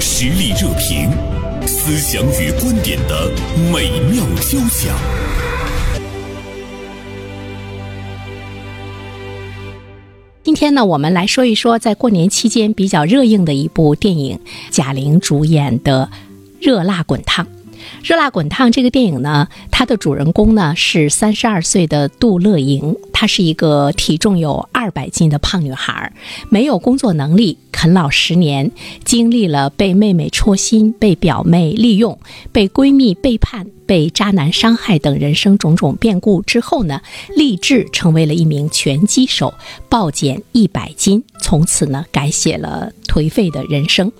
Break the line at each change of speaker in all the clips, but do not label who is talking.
实力热评，思想与观点的美妙交响。
今天呢，我们来说一说在过年期间比较热映的一部电影，贾玲主演的《热辣滚烫》。《热辣滚烫》这个电影呢，它的主人公呢是三十二岁的杜乐莹，她是一个体重有二百斤的胖女孩，没有工作能力，啃老十年，经历了被妹妹戳心、被表妹利用、被闺蜜背叛、被渣男伤害等人生种种变故之后呢，立志成为了一名拳击手，暴减一百斤，从此呢改写了颓废的人生。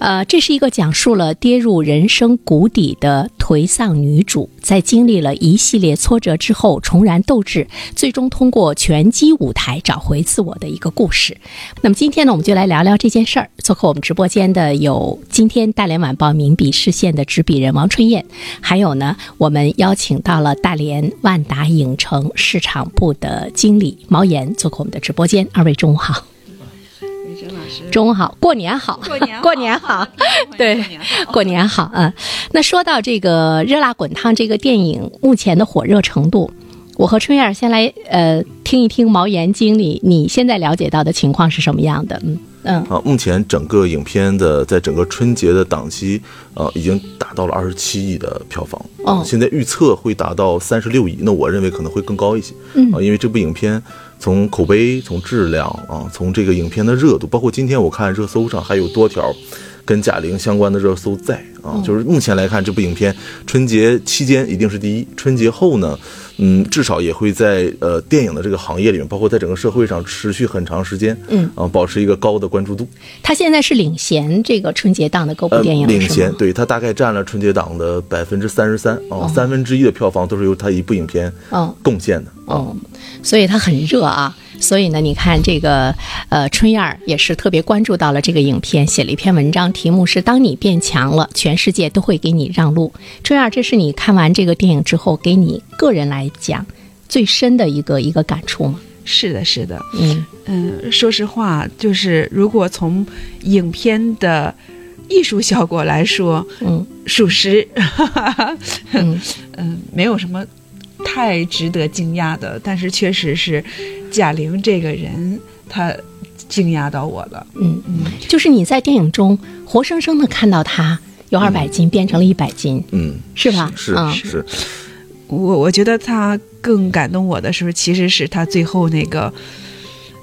呃，这是一个讲述了跌入人生谷底的颓丧女主，在经历了一系列挫折之后重燃斗志，最终通过拳击舞台找回自我的一个故事。那么今天呢，我们就来聊聊这件事儿。做客我们直播间的有今天大连晚报名笔视线的执笔人王春燕，还有呢，我们邀请到了大连万达影城市场部的经理毛岩做客我们的直播间。二位中午好。
郑哎老师，
中午好，过年好，
过年 好
过年好，对，过年好啊。那说到这个《热辣滚烫》这个电影目前的火热程度，我和春燕儿先来呃听一听毛岩经理，你现在了解到的情况是什么样的？嗯嗯，
啊，目前整个影片的在整个春节的档期，呃，已经达到了二十七亿的票房。啊
哦
现在预测会达到三十六亿，那我认为可能会更高一些。
嗯
啊，因为这部影片从口碑、从质量啊，从这个影片的热度，包括今天我看热搜上还有多条跟贾玲相关的热搜在啊，
嗯
就是目前来看，这部影片春节期间一定是第一，春节后呢，嗯，至少也会在呃电影的这个行业里面，包括在整个社会上持续很长时间，
嗯
啊，保持一个高的关注度。
他现在是领衔这个春节档的各部电影，
呃、领
是吗哦
衔，对它大概占了春节档的百分之三十三啊，三分之一的票房都是由它一部影片
嗯
贡献的。
哦，所以他很热啊。所以呢，你看这个，呃，春燕儿也是特别关注到了这个影片，写了一篇文章，题目是“当你变强了，全世界都会给你让路”。春燕儿，这是你看完这个电影之后，给你个人来讲最深的一个一个感触吗？
是的，是的，
嗯
嗯，说实话，就是如果从影片的艺术效果来说，
嗯
属实，哈哈哈，
嗯
嗯，没有什么太值得惊讶的，但是确实是贾玲这个人，她惊讶到我了。
嗯，
嗯，
就是你在电影中活生生的看到他由二百斤变成了一百斤，
嗯，
是吧？
是
嗯
是，
我我觉得她更感动我的时候，其实是她最后那个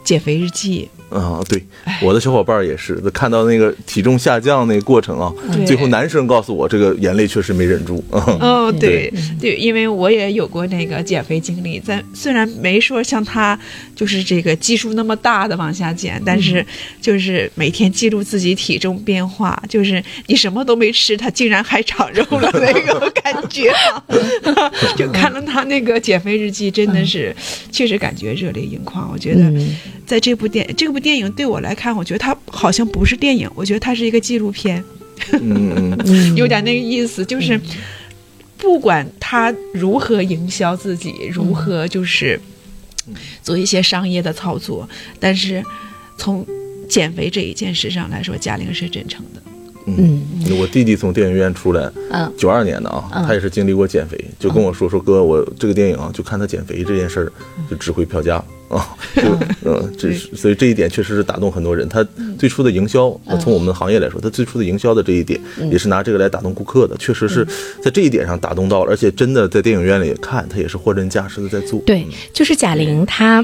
减肥日记。
啊，对，我的小伙伴儿也是看到那个体重下降那个过程啊，
对
最后男生告诉我，这个眼泪确实没忍住。啊
哦，对对，因为我也有过那个减肥经历，但虽然没说像他就是这个基数那么大的往下减，但是就是每天记录自己体重变化，就是你什么都没吃，他竟然还长肉了那个感觉，就看了他那个减肥日记，真的是确实感觉热泪盈眶。我觉得
嗯
在这部电这部电影对我来看，我觉得它好像不是电影，我觉得它是一个纪录片。
嗯嗯嗯，
嗯，
有点那个意思，就是不管他如何营销自己，如何就是做一些商业的操作，但是从减肥这一件事上来说，贾玲是真诚的。
嗯
我弟弟从电影院出来，
嗯
九二年的啊，他也是经历过减肥，就跟我说说哥，我这个电影啊，就看他减肥这件事儿，
嗯
就值回票价啊，就嗯，这是所以这一点确实是打动很多人。他
嗯
最初的营销，呃从我们行业来说，他最初的营销的这一点，
嗯
也是拿这个来打动顾客的，确实是在这一点上打动到了，而且真的在电影院里看，他也是货真价实的在做。嗯
对，就是贾玲她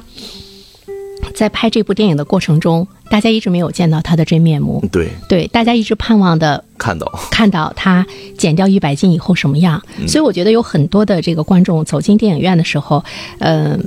在拍这部电影的过程中，大家一直没有见到她的真面 目。
嗯对，
对，大家一直盼望的
看到，
看到她减掉一百斤以后什么样，所以我觉得有很多的这个观众走进电影院的时候，呃，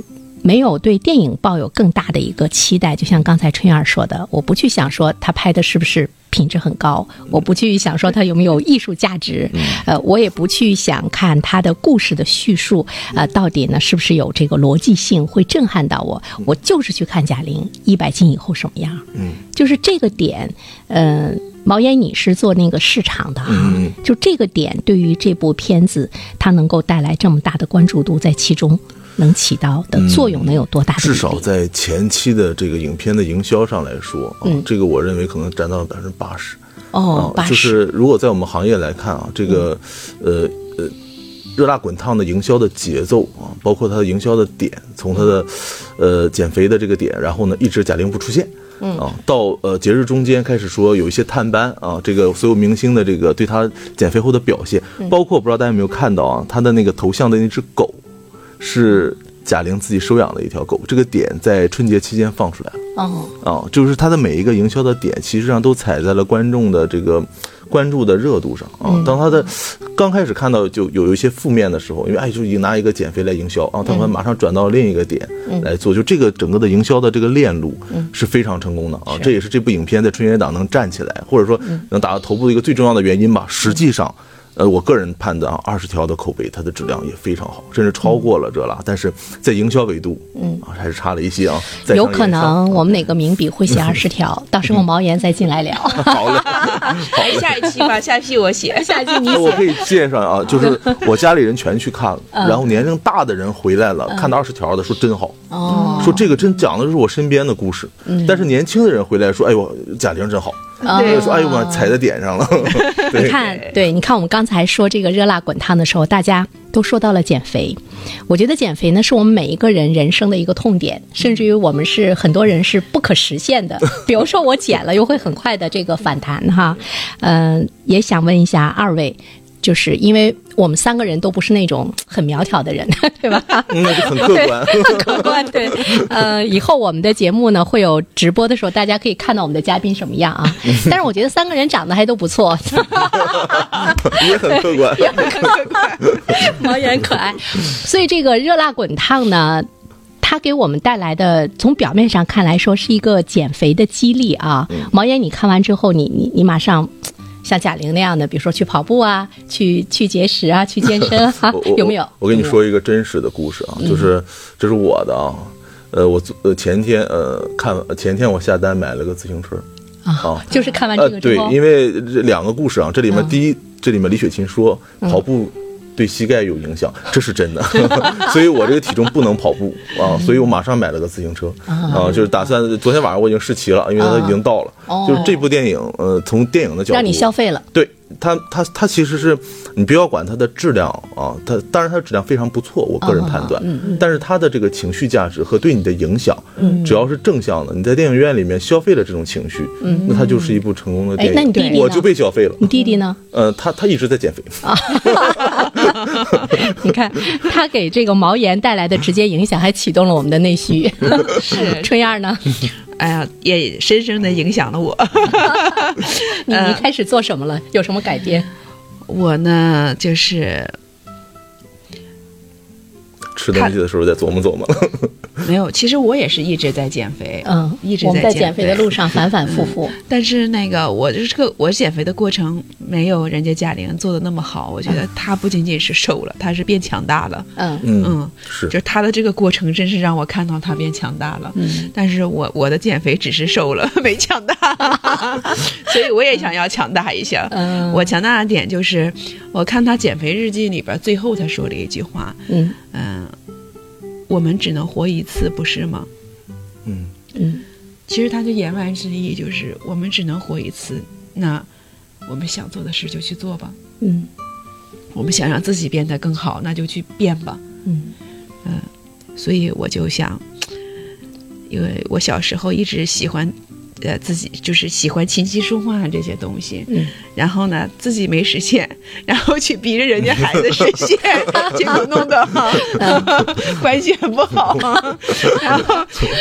没有对电影抱有更大的一个期待。就像刚才春燕儿说的，我不去想说她拍的是不是品质很高，我不去想说它有没有艺术价值，呃，我也不去想看它的故事的叙述，呃，到底呢是不是有这个逻辑性会震撼到我？我就是去看贾玲一百斤以后什么样，嗯，就是这个点，呃，毛岩你是做那个市场的啊，
嗯
就这个点对于这部片子它能够带来这么大的关注度，在其中能起到的作用能有多大的比例？
嗯至少在
嗯
前期的这个影片的营销上来说，啊，这个我认为可能占到百分之八十。
哦，
啊，
八
就
十，嗯
是如果在我们行业来看啊，这个呃呃热辣滚烫的营销的节奏啊，包括它的营销的点，从它
嗯
的呃减肥的这个点，然后呢一直贾玲不出现。
嗯
啊，到呃节日中间开始说有一些探班啊，这个所有明星的这个对她减肥后的表现，
嗯
包括不知道大家有没有看到啊，她的那个头像的那只狗是贾玲自己收养的一条狗，这个点在春节期间放出来了。
哦，
啊，就是它的每一个营销的点，其实上都踩在了观众的这个关注的热度上
嗯
啊。当它的刚开始看到就有一些负面的时候，因为哎，就拿一个减肥来营销啊，他
嗯
们马上转到另一个点来做，就这个整个的营销的这个链路
嗯
是非常成功的啊。这也是这部影片在春节档能站起来，或者说
嗯
能打到头部的一个最重要的原因吧。实际上。呃，我个人判断啊，二十条的口碑，它的质量也非常好，甚至超过了热辣，但是在营销维度，嗯，还是差了一些啊。在
有
商
可
言上
能我们哪个名笔会写二十 条，到时候毛岩再进来聊。
好嘞，
哎，下一期 吧，下一期我写。
下 期你
那我可以介 绍啊，就是我家里人全去看了，
嗯
然后年龄大的人回来了，看到二十条的说真好，
哦，嗯
说这个真讲的是我身边的故事，但是年轻的人回来说，哎呦，贾玲真好，
对
说哎呦我踩在点 上了，
你
对，
看，对，你看我们刚才说这个热辣滚烫的时候，大家都说到了减肥。我觉得减肥呢，是我们每一个人人生的一个痛点，甚至于我们是很多人是不可实现的。比如说我减了，又会很快的这个反弹哈。嗯、也想问一下二位，就是因为我们三个人都不是那种很苗条的人，对吧？
嗯那就很客 观。
客观对，呃，以后我们的节目呢会有直播的时候，大家可以看到我们的嘉宾什么样啊。但是我觉得三个人长得还都不错，
也很客观，
毛也很可爱。所以这个热辣滚烫呢，它给我们带来的，从表面上看来说是一个减肥的激励啊。
嗯
毛岩，你看完之后，你你你马上。像贾玲那样的，比如说去跑步啊，去去节食啊， 去健身啊
我我，
有没嗯有？
我跟你说一个真实的故事啊，就是这是我的啊，呃，我昨呃前天呃看前天我下单买了个自行车，
啊
啊，
就是看完
呃，
这个之
对
后，，
因为这两个故事啊，这里面
嗯
第一，这里面李雪琴说跑步对膝盖有 影响，这是真的， 所以我这个体重不能跑步啊，
嗯
所以我马上买了个自行车啊，就是打算昨天晚上我已经试骑了，因为它已经到了
哦，
就是这部电影，呃，从电影的角度
让你消费了。
对它，它它其实是，你不要管它的质量啊，它当然它的质量非常不错，我
哦
个人判断，
嗯
但是它的这个情绪价值和对你的影响，
嗯
只要是正向的，你在电影院里面消费了这种情绪，那它就是一部成功的
嗯
电
哎那你
影。
弟弟呢啊
我就被消费了。
你弟弟 呢？
呃，他他一直在减肥，
你看，他给这个毛岩带来的直接影响，还启动了我们的内需。
是
春燕儿呢？
哎呀，也深深的影响了我。
你你
呃
开始做什么了？有什么改变？
我呢，就是
吃东西的时候再琢磨琢磨。
没有，其实我也是一直在减肥，
嗯，
一直
我们在
减
减肥的路上反反复复。
但是那个我就是这个我减肥的过程没有人家贾玲做的那么好，我觉得她不仅仅是瘦了，她是变强大了。
嗯，
嗯，
嗯，
是
就是她的这个过程真是让我看到她变强大了。嗯，但是我我的减肥只是瘦了， 没强大， 所以我也想要强大一下。
嗯
我强大的点就是，我看她减肥日记里边最后她说了一句话，
嗯
嗯、我们只能活一次，不是吗？
嗯，
嗯
其实他的言外之意就是，我们只能活一次，那我们想做的事就去做吧。
嗯
我们想让自己变得更好，那就去变吧。
嗯
所以我就想，因为我小时候一直喜欢，呃，自己就是喜欢琴棋书画这些东西，
嗯
然后呢自己没实现， 然后去逼着人家孩 子实现，结果弄得
嗯
关系很不 好，然后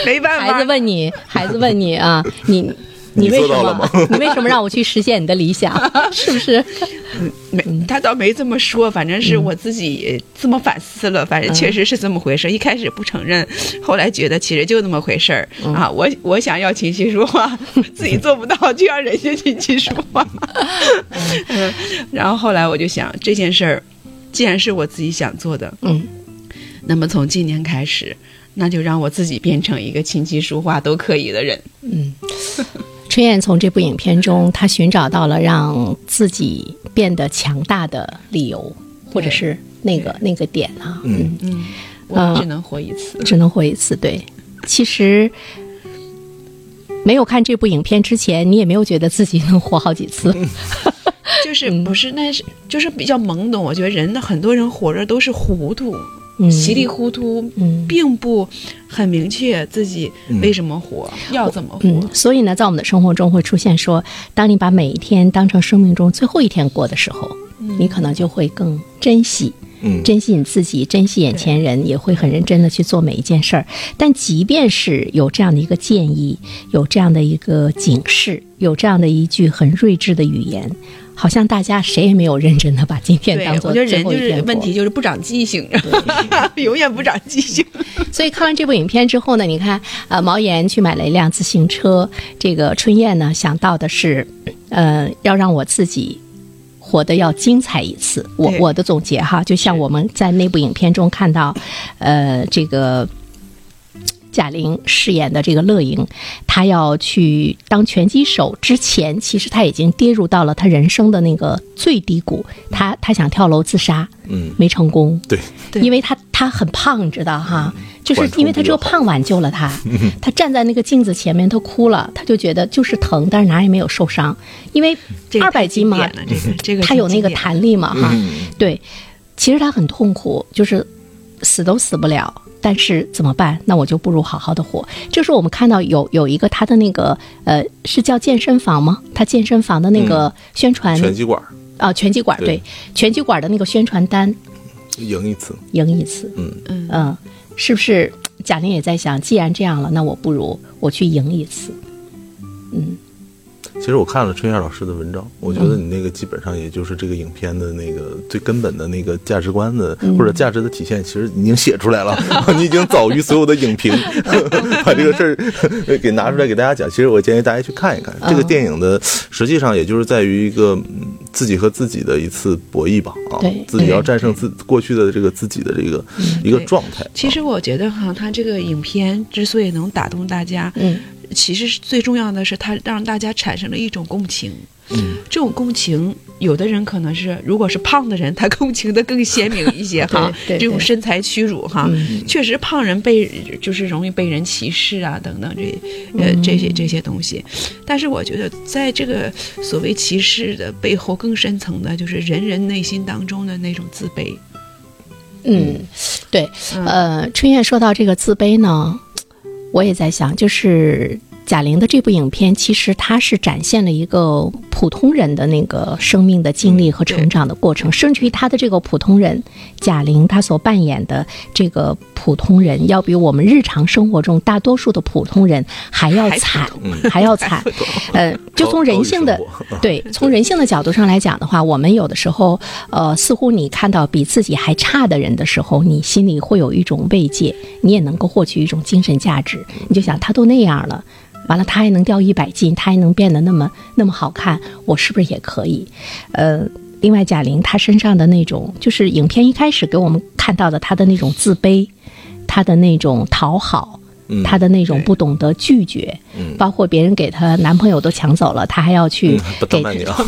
没办法，
孩子问你，孩子问你啊， 你。你
你
为
做
什
到了
么
吗？
你为什么让我去实现你的理想？ 是不是？
没，他倒没这么说，反正是我自己这么反思了，反正确实是这么回事儿。一开始不承认，后来觉得其实就那么回事儿、啊。我我想要琴棋书画，自己做不到，就让人家琴棋书画。嗯， 然后后来我就想这件事儿，既然是我自己想做的，
嗯，
那么从今年开始，那就让我自己变成一个琴棋书画都可以的人。
春燕从这部影片中，她寻找到了让自己变得强大的理由，或者是那个那个点啊。
嗯
嗯，
啊
我只能活一次。
只能活一次。对，其实没有看这部影片之前，你也没有觉得自己能活好几次。
嗯
就是
嗯
不是，那是就是比较懵懂。我觉得人的很多人活着都是糊涂，
嗯
稀里糊涂，
嗯
并不很明确自己为什么活，要怎么活。
嗯，所以呢，在我们的生活中会出现说，当你把每一天当成生命中最后一天过的时候，
嗯
你可能就会更珍惜。
嗯
珍惜你自己，珍惜眼前人，也会很认真的去做每一件事儿。但即便是有这样的一个建议，有这样的一个警示，有这样的一句很睿智的语言，好像大家谁也没有认真的把今天
对
当，
我
做
觉得
最
人
后
就
一天
是
过
问题，就是不长记性， 永远不长 记性。
所以看完这部影片之后呢，你看，呃，毛岩去买了一辆自行车，这个春燕呢想到的是，呃，要让我自己。活得要精彩一次，我
对
我的总结哈，就像我们在那部影片中看到，呃，这个贾玲饰演的这个乐莹，她要去当拳击手之前，其实她已经跌入到了她人生的那个最低谷，她她想跳楼自杀，
嗯，
没成功，
对，
对嗯
因为他他很胖，你知道哈，就是
管住
因为他
比
这个
较好
胖挽救了 他。他站在那个镜子前面，他哭了，他就觉得就是疼，但是哪儿也没有受伤，因为
这个
二百
太
斤
经
嘛
典，了这个这个
他有那
挺经
个
典
弹力嘛哈。
嗯
对，其实他很痛苦，就是死都死不了，但是怎么办？那我就不如好好的活。这时候我们看到有有一个他的那个呃，是叫健身房吗？他健身房的那
嗯
个宣传
拳击馆儿
啊，拳击馆
对
对，拳击馆的那个宣传单
赢一次，
赢一次。
嗯，
嗯
嗯，是不是？贾玲也在想，既然这样了，那我不如我去赢一次。
其实我看了春燕老师的文章，我觉得你那个基本上也就是这个影片的那个最根本的那个价值观的、或者价值的体现，其实已经写出来了，你已经早于所有的影评把这个事儿给拿出来给大家讲。其实我建议大家去看一看这个电影的，实际上也就是在于一个嗯自己和自己的一次博弈吧，啊
对，
自己要战胜自过去的这个自己的这个一个
对
状态。
其实我觉得哈，他这个影片之所以能打动大家，
嗯，
其实是最重要的是它让大家产生了一种共情。嗯，这种共情，有的人可能是如果是胖的人，他共情的更鲜明一些哈。
对对
这种
对嗯
身材屈辱哈，嗯确实胖人被就是容易被人歧视啊等等这呃这
嗯
些这些东西。但是我觉得，在这个所谓歧视的背后，更深层的就是人人内心当中的那种自卑。
嗯，对，呃，春燕说到这个自卑呢，我也在想，就是贾玲的这部影片，其实它是展现了一个普通人的那个生命的经历和成长的过程，甚至于她的这个普通人，贾玲她所扮演的这个普通人，要比我们日常生活中大多数的普通人还要
还普
惨，还要惨。呃，就
高
从人性的
高于生活
对，从人性的角度上来讲的话，我们有的时候，呃，似乎你看到比自己还差的人的时候，你心里会有一种慰藉，你也能够获取一种精神价值。你就想，他都那样了，完了他还能掉一百斤，他还能变得那么那么好看，我是不是也可以？呃。另外，贾玲她身上的那种，就是影片一开始给我们看到的她的那种自卑，她的那种讨好，
嗯
她的那种
对
不懂得拒绝，
嗯
包括别人给她男朋友都抢走了，她还要去
嗯不
给
当伴娘，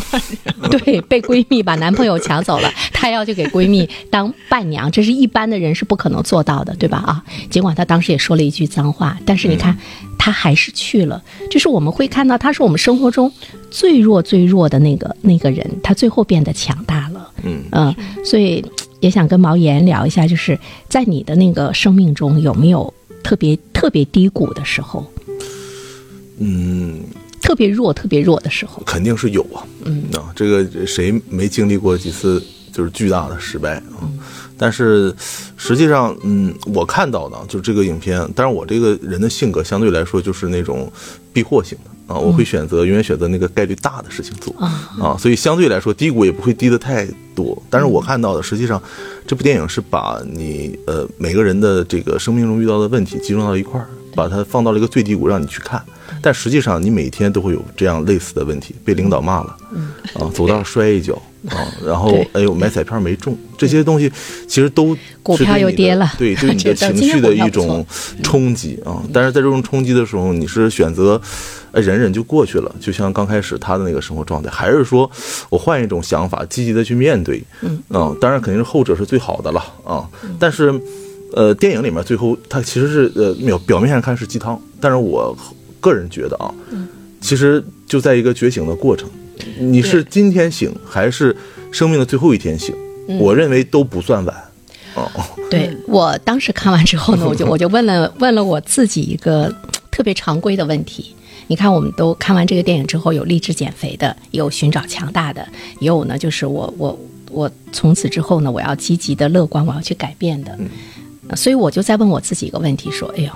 对，被闺蜜把男朋友抢走了，她要去给闺蜜当伴娘，这是一般的人是不可能做到的，对吧？啊，尽管她当时也说了一句脏话，但是你看，她还是去了。就是我们会看到，她是我们生活中最弱最弱的那个那个人，她最后变得强大了。
嗯
嗯，所以也想跟毛岩聊一下，就是在你的那个生命中有没有特别特别低谷的时候，
嗯。
特别弱特别弱的时候？
肯定是有啊，嗯啊，这个谁没经历过几次就是巨大的失败啊？但是实际上，嗯，我看到的啊就是这个影片，但是我这个人的性格相对来说就是那种避祸型的啊，我会选择永远选择那个概率大的事情做啊，所以相对来说低谷也不会低得太多。但是我看到的实际上，这部电影是把你呃每个人的这个生命中遇到的问题集中到一块儿，把它放到了一个最低谷让你去看。但实际上，你每天都会有这样类似的问题：被领导骂了，啊，走道摔一跤 啊，然后
嗯对
哎呦买彩票没中，这些东西其实都
股
是
票
对
又
你的
跌了
对对 你
觉
的
得
情
今天
绪
股
的
票
一
不错嗯
种冲击啊。但是在这种冲击的时候，你是选择哎忍忍就过去了，就像刚开始他的那个生活状态，还是说我换一种想法，积极的去面对，嗯啊，当然肯定是后者是最好的了啊，但是。呃，电影里面最后它其实是呃表表面上看是鸡汤，但是我个人觉得啊，其实就在一个觉醒的过程，你是今天醒还是生命的最后一天醒，我认为都不算晚。哦，
对我当时看完之后呢，我就我就问了问了我自己一个特别常规的问题。你看，我们都看完这个电影之后，有励志减肥的，有寻找强大的，也有呢，就是我我我从此之后呢，我要积极的、乐观，我要去改变的。呃所以我就在问我自己一个问题，说：“哎呦，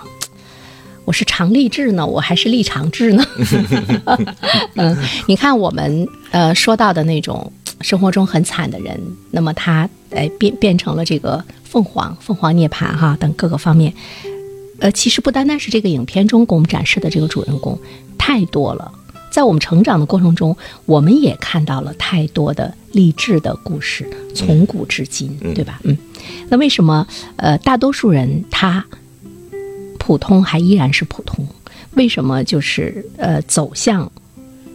我是常励志呢，我还是立长志呢？”嗯， 你看我们呃说到的那种生活中很惨的人，那么他哎变变成了这个凤凰、凤凰涅槃哈等各个方面，呃，其实不单单是这个影片中给我们展示的这个主人公，太多了。在我们成长的过程中，我们也看到了太多的励志的故事，从古至今，对吧？嗯，那为什么呃，大多数人他普通还依然是普通？为什么就是呃走向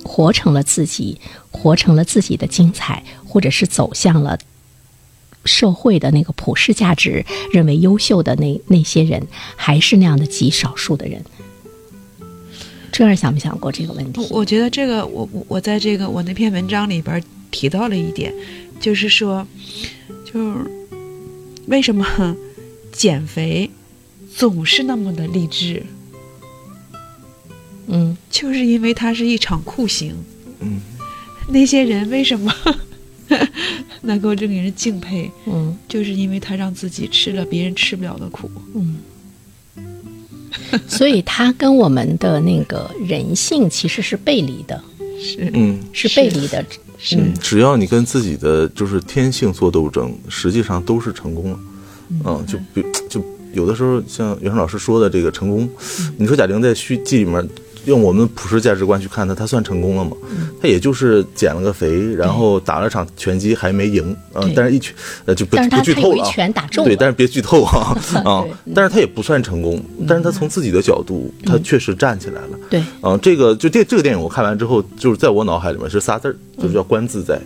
活成了自己，活成了自己的精彩，或者是走向了社会的那个普世价值，认为优秀的那那些人，还是那样的极少数的人？这儿想没想过这个问题？
我觉得这个，我我我在这个我那篇文章里边提到了一点，就是说，就是为什么 减肥总是那么的励志，
嗯，
就是因为它是一场酷刑。
嗯，
那些人为什么 能够令人敬佩，
嗯
就是因为他让自己吃了别人吃不了的苦。
嗯。所以它跟我们的那个人性其实是背离的，
是
嗯，
是背离的。
是，
嗯
只要你跟自己的就是天性做斗争，实际上都是成功了。嗯，就比就有的时候像袁生老师说的这个成功，
嗯
你说贾玲在续记里面，用我们普世价值观去看她，她算成功了吗？
嗯
她也就是减了个肥，然后打了场拳击还没赢啊、
对
但是一拳呃就不
但是她
不剧
她有
透
一
了啊，
拳打中
对，
了
但是别剧 透啊啊
对！嗯
但是她也不算成功，但是她从自己的角度，她确实站起来了。
对，
啊，这个就这这个电影我看完之后，就是在我脑海里面是仨字儿，就是
嗯
叫“观自在”，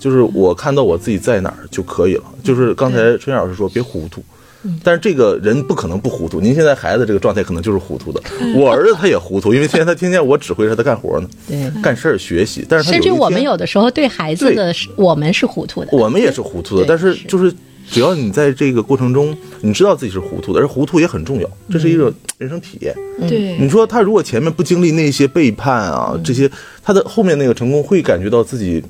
就是我看到我自己在哪儿就可以了。就是刚才春燕老师说别糊涂，
嗯
但是这个人不可能不糊涂。您现在孩子这个状态可能就是糊涂的，我儿子他也糊涂，因为现在他天天我指挥着他干活呢，
嗯对
干事儿学习，但是他
甚至
有一
我们
天
有的时候对孩子的是我们是糊涂的，
我们也是糊涂的，
对
但是
是
就是只要你在这个过程中，你知道自己是糊涂的，而糊涂也很重要，这是一
嗯
种人生体验。你
对，
说他如果前面不经历那些背叛
嗯
啊，这些他的后面那个成功会感觉到自己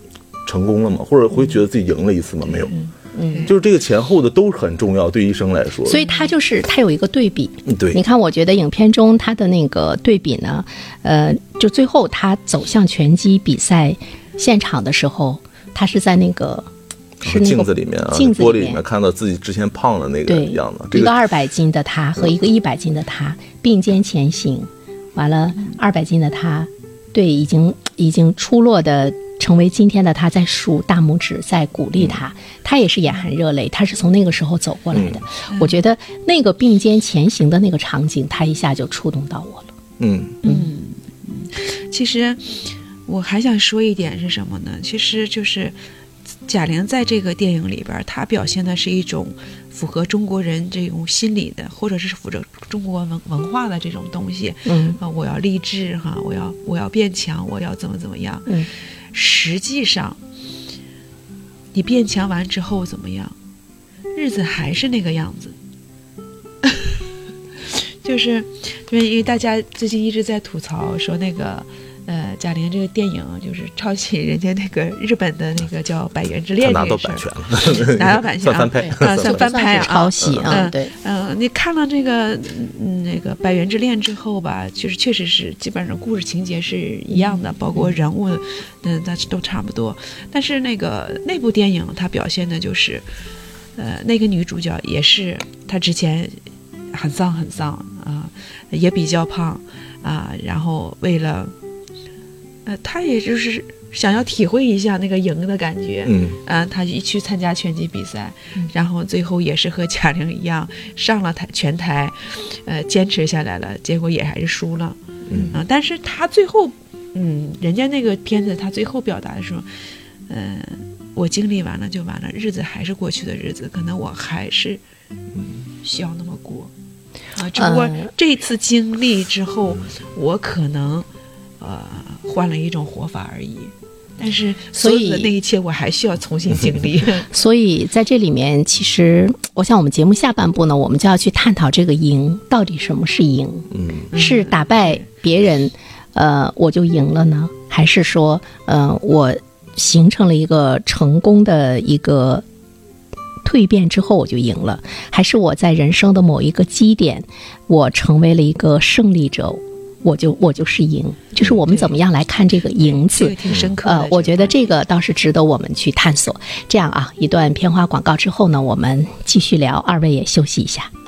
成功了吗？或者会觉得自己赢了一次吗？没有，
嗯
就是这个前后的都很重要，对一生来说。
所以它就是它有一个对比。
嗯对
你看，我觉得影片中它的那个对比呢，呃，就最后他走向拳击比赛现场的时候，他是在那个是那个
镜子里面啊，
镜子
玻璃
里
里面看到自己之前胖的那个
对
样子，这
一个
个
二百斤的他和一个一百斤的他并肩前行，完了二百斤的他对已经已经出落的。成为今天的他，在竖大拇指，在鼓励他。他也是眼含热泪，他是从那个时候走过来的。我觉得那个并肩前行的那个场景，他一下就触动到我了。
嗯，
其实我还想说一点是什么呢？其实就是贾玲在这个电影里边，她表现的是一种符合中国人这种心理的，或者是符合中国文文化的这种东西。
嗯
啊，我要励志哈，我要我要变强，我要怎么怎么样。
嗯，
实际上，你变强完之后怎么样，日子还是那个样子。 就是，就是因为大家最近一直在吐槽说那个，呃，贾玲这个电影就是抄袭人家那个日本的那个叫《百元之恋
他》拿
这个
到
事
版
儿，
权了，
拿到版权
算
啊
翻拍
对，
啊算翻拍啊
是抄袭啊，
嗯
对，
嗯，你看了这个嗯那个《百元之恋》之后吧，就是确实是基本上故事情节是一样的，包括人物，嗯，它都差不多。但是那个那部电影，它表现的就是，呃，那个女主角也是她之前很丧很丧啊、也比较胖啊、然后为了，呃，她也就是想要体会一下那个赢的感觉，
嗯，
嗯，他一去参加拳击比赛，然后最后也是和贾玲一样上了台拳台，呃，坚持下来了，结果也还是输了，
嗯
啊，但是他最后，嗯，人家那个片子他最后表达的说，嗯、我经历完了就完了，日子还是过去的日子，可能我还是需要那么过，啊，只不过
嗯
这次经历之后，我可能呃换了一种活法而已。但是
所
所
以
有的那一切，我还需要重新经 历。
所以在这里面，其实我想我们节目下半部呢，我们就要去探讨这个赢到底什么是赢，
嗯，
是打败别人，呃，我就赢了呢，还是说，呃，我形成了一个成功的一个蜕变之后我就赢了，还是我在人生的某一个基点，我成为了一个胜利者，我就我就是赢，就是我们怎么样来看这个赢字
这个。挺深刻的。
呃，我觉得
这
这个倒是值得我们去探索。这样啊，一段片花广告之后呢，我们继续聊，二位也休息一下。
个